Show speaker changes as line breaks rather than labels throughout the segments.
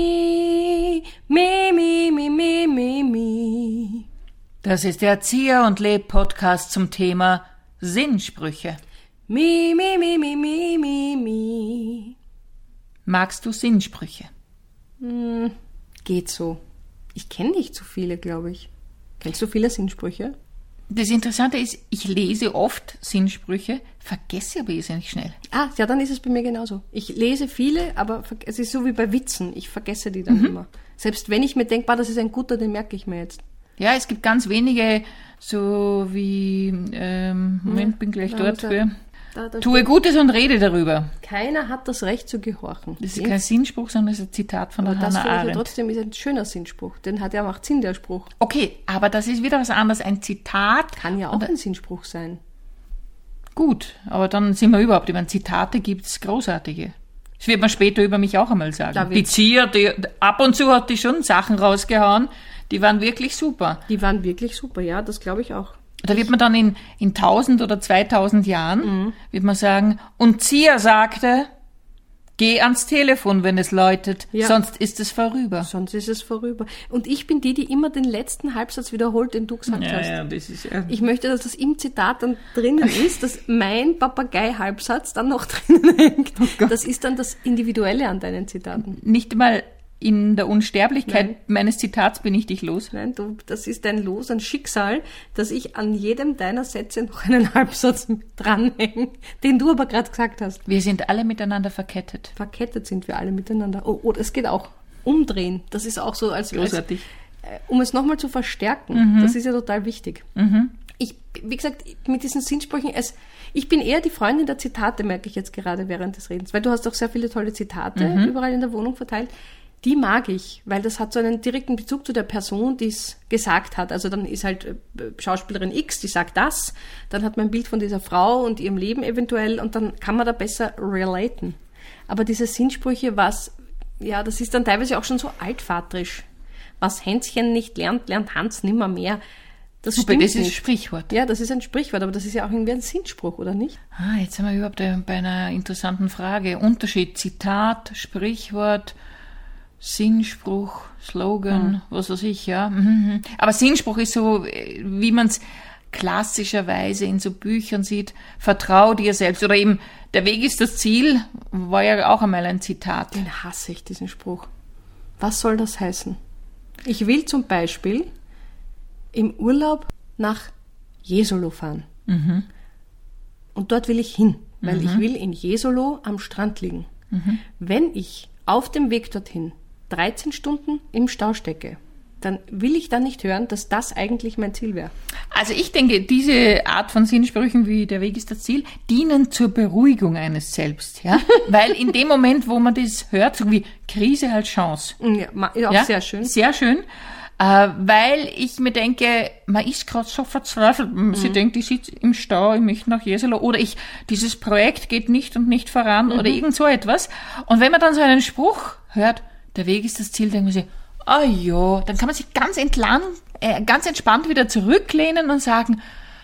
Mi, mi, mi, mi, mi, mi, mi.
Das ist der Erzieher und Leb Podcast zum Thema Sinnsprüche.
Mi, mi, mi, mi, mi, mi, mi.
Magst du Sinnsprüche?
Hm, geht so. Ich kenne nicht so viele, glaube ich. Kennst du viele Sinnsprüche?
Das Interessante ist, ich lese oft Sinnsprüche, vergesse aber irrsinnig schnell.
Ah, ja, dann ist es bei mir genauso. Ich lese viele, aber ver- es ist so wie bei Witzen. Ich vergesse die
Mhm.
dann immer. Selbst wenn ich mir denke, bah, das ist ein guter, den merke ich mir jetzt.
Ja, es gibt ganz wenige, so wie, ähm, Moment, bin gleich
da
dort.
muss
Für.
er- Da, da
Tue Gutes und rede darüber.
Keiner hat das Recht zu gehorchen.
Das ist kein Sinnspruch, sondern das ist ein Zitat von der
das
Hannah
finde ich ja
Arendt.
trotzdem ist ein schöner Sinnspruch. Den hat ja macht Sinn, der Spruch.
Okay, aber das ist wieder was anderes. Ein Zitat
Kann ja auch ein Sinnspruch sein.
Gut, aber dann sind wir überhaupt. Ich meine, Zitate gibt's großartige. Das wird man später über mich auch einmal sagen.
Da
die
wird's-
Zier, die, ab und zu hat die schon Sachen rausgehauen, die waren wirklich super.
Die waren wirklich super, ja, das glaube ich auch.
Da wird man dann in, in 1000 oder 2000
Mhm.
Jahren, wird man sagen, und Zier sagte, geh ans Telefon, wenn es läutet,
Ja.
sonst ist es vorüber.
Sonst ist es vorüber. Und ich bin die, die immer den letzten Halbsatz wiederholt, den du gesagt hast.
das ist
Ich möchte, dass das im Zitat dann drinnen ist, dass mein Papagei-Halbsatz dann noch drinnen hängt. das ist dann das Individuelle an deinen Zitaten.
nicht mal in der Unsterblichkeit meines Zitats bin ich dich los.
Nein, du, das ist dein Los, ein Schicksal, dass ich an jedem deiner Sätze noch einen Halbsatz mit dranhänge, den du aber gerade gesagt hast.
Wir sind alle miteinander verkettet.
Verkettet sind wir alle miteinander. Oh, oh das geht auch. Umdrehen. Das ist auch so, als, als
Großartig.
äh, um es nochmal zu verstärken. Das ist ja total wichtig. Ich, wie gesagt, mit diesen Sinnsprüchen, es, ich bin eher die Freundin der Zitate, merke ich jetzt gerade während des Redens, weil du hast auch sehr viele tolle Zitate überall in der Wohnung verteilt. Die mag ich, weil das hat so einen direkten Bezug zu der Person, die es gesagt hat. Also dann ist halt äh, Schauspielerin X, die sagt das, dann hat man ein Bild von dieser Frau und ihrem Leben eventuell und dann kann man da besser relaten. Aber diese Sinnsprüche, was, ja, das ist dann teilweise auch schon so altvatrisch. Was Hänschen nicht lernt, lernt Hans nimmer mehr. Das
Super,
stimmt
das ist
nicht.
Sprichwort.
Ja, das ist ein Sprichwort, aber das ist ja auch irgendwie ein Sinnspruch, oder nicht?
Ah, jetzt sind wir überhaupt äh, bei einer interessanten Frage. Unterschied, Zitat, Sprichwort, Sinnspruch, Slogan, was weiß ich, ja. Mhm. Aber Sinnspruch ist so, äh, wie man es klassischerweise in so Büchern sieht, vertrau dir selbst. Oder eben, der Weg ist das Ziel, war ja auch einmal ein Zitat.
Den hasse ich, diesen Spruch. Was soll das heißen? Ich will zum Beispiel im Urlaub nach Jesolo fahren. Mhm. Und dort will ich hin, weil ich will in Jesolo am Strand liegen. Wenn ich auf dem Weg dorthin 13 Stunden im Stau stecke, dann will ich dann nicht hören, dass das eigentlich mein Ziel wäre.
Also ich denke, diese Art von Sinnsprüchen wie der Weg ist das Ziel dienen zur Beruhigung eines Selbst, ja? Weil in dem Moment, wo man das hört, so wie Krise als Chance,
Mm, Ja, ma- ist auch
ja?
sehr schön.
Sehr schön. Äh, weil ich mir denke, man ist gerade so verzweifelt. Sie denkt, ich sitze im Stau, ich möchte nach Jeselo oder ich, dieses Projekt geht nicht und nicht voran oder irgend so etwas. Und wenn man dann so einen Spruch hört, der Weg ist das Ziel, denkt man sich, ah ja, dann kann man sich ganz entlang, äh, ganz entspannt wieder zurücklehnen und sagen,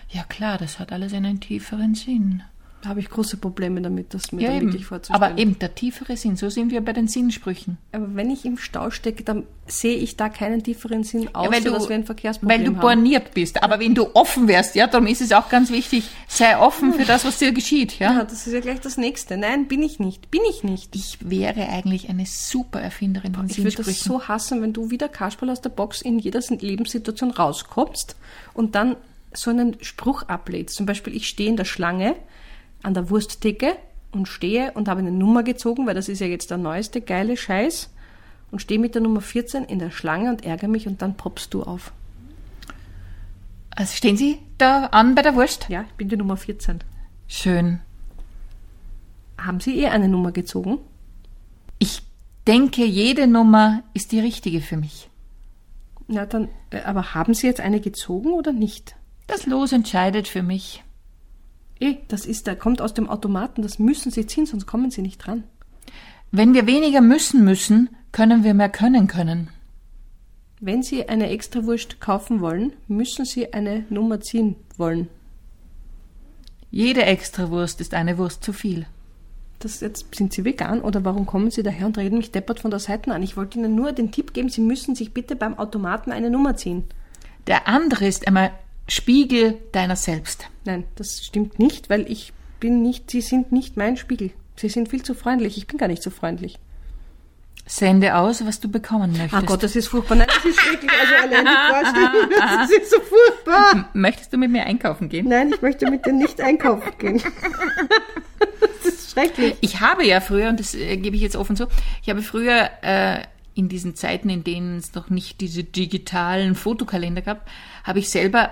ja klar, das hat alles einen tieferen Sinn.
Da habe ich große Probleme damit, das mir
Ja,
dann
eben.
wirklich vorzustellen.
Aber e- eben der tiefere Sinn, so sind wir bei den Sinnsprüchen.
Aber wenn ich im Stau stecke, dann sehe ich da keinen tieferen Sinn,
Ja,
außer dass wir ein Verkehrsproblem
Weil du
haben.
borniert bist. Aber wenn du offen wärst, ja, darum ist es auch ganz wichtig, sei offen für das, was dir geschieht, ja.
Ja, das ist ja gleich das Nächste. Nein, bin ich nicht. Bin ich nicht.
Ich wäre eigentlich eine super Erfinderin von
Ich würde das
Sinnsprüchen.
so hassen, wenn du wieder Kasperl aus der Box in jeder Lebenssituation rauskommst und dann so einen Spruch ablädst. Zum Beispiel, ich stehe in der Schlange an der Wursttheke und stehe und habe eine Nummer gezogen, weil das ist ja jetzt der neueste geile Scheiß und stehe mit der Nummer 14 in der Schlange und ärgere mich und dann poppst du auf.
Also stehen Sie da an bei der Wurst?
Ja, ich bin die Nummer 14.
Schön.
Haben Sie eh eine Nummer gezogen?
Ich denke, jede Nummer ist die richtige für mich.
Na dann, äh, aber haben Sie jetzt eine gezogen oder nicht?
Das Los entscheidet für mich.
Eh, das ist, da kommt aus dem Automaten, das müssen Sie ziehen, sonst kommen Sie nicht dran.
Wenn wir weniger müssen müssen, können wir mehr können können.
Wenn Sie eine extra Wurst kaufen wollen, müssen Sie eine Nummer ziehen wollen.
Jede Extrawurst ist eine Wurst zu viel.
das jetzt sind Sie vegan oder warum kommen Sie daher und reden mich deppert von der Seite an? Ich wollte Ihnen nur den Tipp geben, Sie müssen sich bitte beim Automaten eine Nummer ziehen.
Der andere ist einmal Spiegel deiner selbst.
Nein, das stimmt nicht, weil ich bin nicht, Sie sind nicht mein Spiegel. Sie sind viel zu freundlich. Ich bin gar nicht so freundlich.
Sende aus, was du bekommen möchtest.
Ah Gott, das ist furchtbar. Nein, das ist wirklich, also allein die Vorstellung, das ist so furchtbar.
Möchtest du mit mir einkaufen gehen?
Nein, ich möchte mit dir nicht einkaufen gehen. Das ist schrecklich.
Ich habe ja früher, und das äh, gebe ich jetzt offen zu, ich habe früher äh, in diesen Zeiten, in denen es noch nicht diese digitalen Fotokalender gab, habe ich selber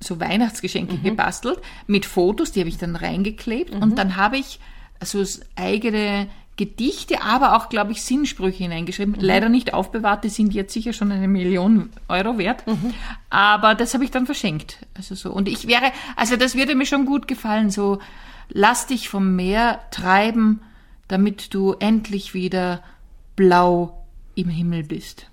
so Weihnachtsgeschenke gebastelt mit Fotos, die habe ich dann reingeklebt und dann habe ich so s- eigene Gedichte, aber auch, glaube ich, Sinnsprüche hineingeschrieben. Leider nicht aufbewahrt, die sind jetzt sicher schon eine Million Euro wert. Aber das habe ich dann verschenkt. Also so. Und ich wäre, also das würde mir schon gut gefallen, so lass dich vom Meer treiben, damit du endlich wieder blau im Himmel bist.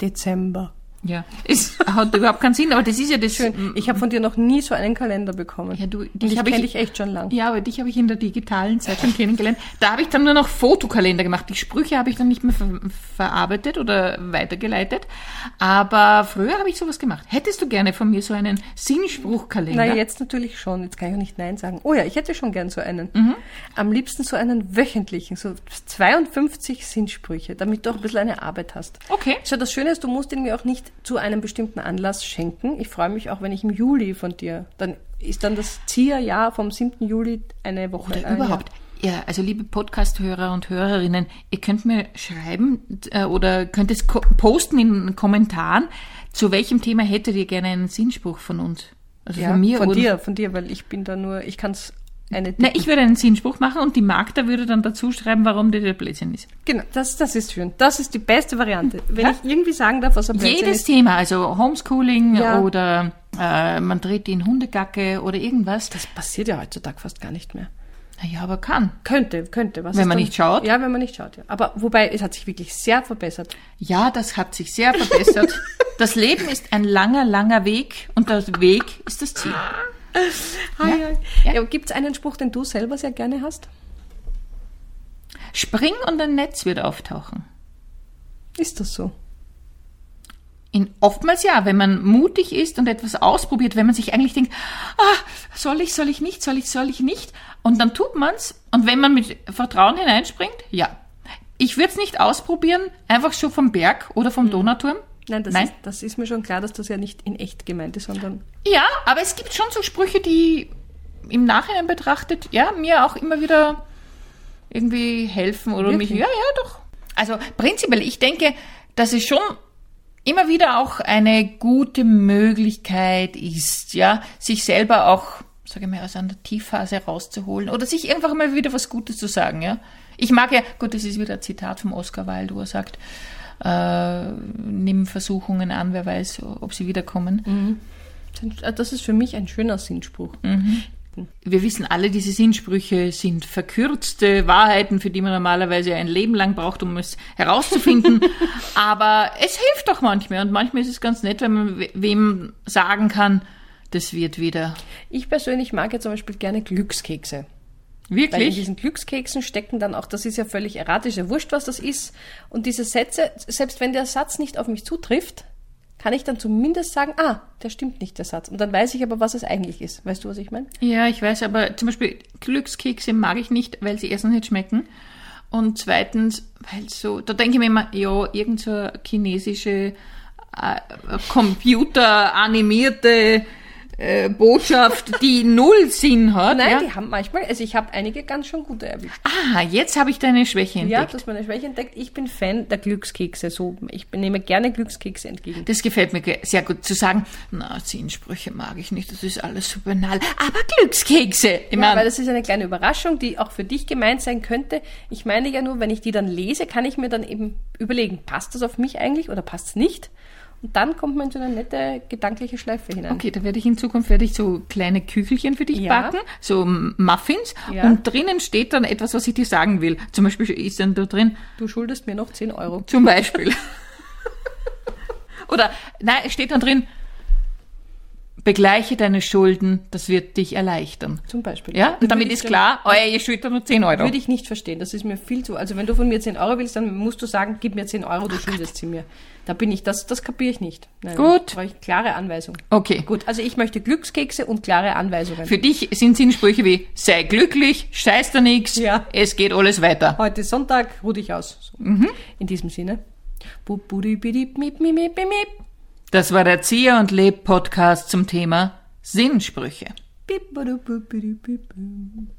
Dezember.
Ja, es hat überhaupt keinen Sinn, aber das ist ja das
Schön. Ich habe von dir noch nie so einen Kalender bekommen.
Mhm. Ja, du, dich
Und ich
hab
kenne
ich-
dich echt schon lang.
Ja, aber dich habe ich in der digitalen Zeit schon kennengelernt. Da habe ich dann nur noch Fotokalender gemacht. Die Sprüche habe ich dann nicht mehr ver verarbeitet oder weitergeleitet. Aber früher habe ich sowas gemacht. Hättest du gerne von mir so einen Sinnspruchkalender?
Na, jetzt natürlich schon. Jetzt kann ich auch nicht Nein sagen. Oh ja, ich hätte schon gern so einen.
Mhm.
Am liebsten so einen wöchentlichen, so 52 Sinnsprüche, damit du auch ein bisschen eine Arbeit hast.
Okay.
So, das Schöne ist, du musst ihn mir auch nicht zu einem bestimmten Anlass schenken. Ich freue mich auch, wenn ich im Juli von dir, dann ist dann das Zierjahr vom 7. Juli eine Woche.
Oder
ein
überhaupt. Ja, also liebe Podcast-Hörer und Hörerinnen, ihr könnt mir schreiben äh, oder könnt es ko- posten in den Kommentaren, zu welchem Thema hättet ihr gerne einen Sinnspruch von uns? Also
Jahr. Ja,
von mir
von
oder
dir, von dir, weil ich bin da nur, ich kann es eine
Na, ich würde einen Sinnspruch machen und die Magda würde dann dazu schreiben, warum der der Blödsinn ist.
Genau, das, das ist schön. Das ist die beste Variante. Wenn ich irgendwie sagen darf, was am Blödsinn
Hm, Jedes
ist.
Thema, also Homeschooling
Ja.
oder äh, man dreht in Hundegacke oder irgendwas.
Das passiert ja heutzutage fast gar nicht mehr.
Naja, aber kann.
Könnte, könnte. Was
Wenn
ist
man
dann-
nicht schaut?
Ja, wenn man nicht schaut, ja. Aber wobei, es hat sich wirklich sehr verbessert.
Ja, das hat sich sehr verbessert. das Leben ist ein langer, langer Weg und der Weg ist das Ziel.
Ja.
Ja.
Ja. Gibt es einen Spruch, den du selber sehr gerne hast?
Spring und ein Netz wird auftauchen.
Ist das so?
In, oftmals ja, wenn man mutig ist und etwas ausprobiert, wenn man sich eigentlich denkt, ah, soll ich, soll ich nicht, soll ich, soll ich nicht. Und dann tut man's. Und wenn man mit Vertrauen hineinspringt, ja. Ich würde es nicht ausprobieren, einfach schon vom Berg oder vom Donauturm.
Hm. Nein, das,
Nein.
Ist, das ist mir schon klar, dass das ja nicht in echt gemeint ist, sondern
Ja, aber es gibt schon so Sprüche, die im Nachhinein betrachtet, ja, mir auch immer wieder irgendwie helfen oder mich.
Wirklich?
Ja, ja, doch. Also prinzipiell, ich denke, dass es schon immer wieder auch eine gute Möglichkeit ist, ja, sich selber auch, sage ich mal, aus einer Tiefphase rauszuholen oder sich einfach mal wieder was Gutes zu sagen, ja. Ich mag ja, gut, das ist wieder ein Zitat vom Oscar Wilde, wo er sagt, äh, nimm Versuchungen an, wer weiß, ob sie wiederkommen.
äh, das ist für mich ein schöner Sinnspruch.
Hm. Wir wissen alle, diese Sinnsprüche sind verkürzte Wahrheiten, für die man normalerweise ein Leben lang braucht, um es herauszufinden. Aber es hilft doch manchmal. Und manchmal ist es ganz nett, wenn man we- wem sagen kann, das wird wieder.
Ich persönlich mag ja zum Beispiel gerne Glückskekse. Weil in
Wirklich?
diesen Glückskeksen stecken dann auch, das ist ja völlig erratisch, ja wurscht, was das ist. Und diese Sätze, selbst wenn der Satz nicht auf mich zutrifft, kann ich dann zumindest sagen, ah, der stimmt nicht, der Satz. Und dann weiß ich aber, was es eigentlich ist. Weißt du, was ich meine?
Ja, ich weiß, aber zum Beispiel Glückskekse mag ich nicht, weil sie erstens nicht schmecken. Und zweitens, weil so, da denke ich mir immer, ja, irgend so eine chinesische äh, computeranimierte äh, Botschaft, die null Sinn hat.
Nein,
ja.
die haben manchmal, also ich habe einige ganz schon gute erwischt.
Ah, jetzt habe ich deine Schwäche entdeckt.
Ja, dass man eine Schwäche entdeckt. Ich bin Fan der Glückskekse. So, ich nehme gerne Glückskekse entgegen.
Das gefällt mir ge- sehr gut zu sagen. Na, Sinnsprüche mag ich nicht, das ist alles so banal. Aber Glückskekse. Ich
Ja,
meine,
weil das ist eine kleine Überraschung, die auch für dich gemeint sein könnte. Ich meine ja nur, wenn ich die dann lese, kann ich mir dann eben überlegen, passt das auf mich eigentlich oder passt es nicht? Und dann kommt man in so eine nette gedankliche Schleife hinein.
Okay, da werde ich in Zukunft werde ich so kleine Kügelchen für dich
Ja.
backen, so M- Muffins.
Ja.
Und drinnen steht dann etwas, was ich dir sagen will. Zum Beispiel ist dann da drin,
Du schuldest mir noch 10 Euro.
zum Beispiel. Oder, nein, es steht dann drin, begleiche deine Schulden, das wird dich erleichtern.
Zum Beispiel.
Ja,
Dann
und damit
würde ich
ist klar, euer, ihr schuldet nur 10 Euro.
Würde ich nicht verstehen. Das ist mir viel zu. Also wenn du von mir 10 Euro willst, dann musst du sagen, gib mir 10 Euro, du schuldest sie mir. Da bin ich, das, das kapiere ich nicht. Nein,
Gut.
Brauche ich klare Anweisung.
Okay.
Gut, also ich möchte Glückskekse und klare Anweisungen.
Für dich sind Sinnsprüche wie, sei glücklich, scheiß da nix,
Ja.
es geht alles weiter.
Heute ist Sonntag, ruh dich aus. So. In diesem Sinne. Bu- budi- bidi- mip- mip- mip- mip.
Das war der Zier und Leb Podcast zum Thema Sinnsprüche.
Bip- budu- bu- bidi- bip- bum.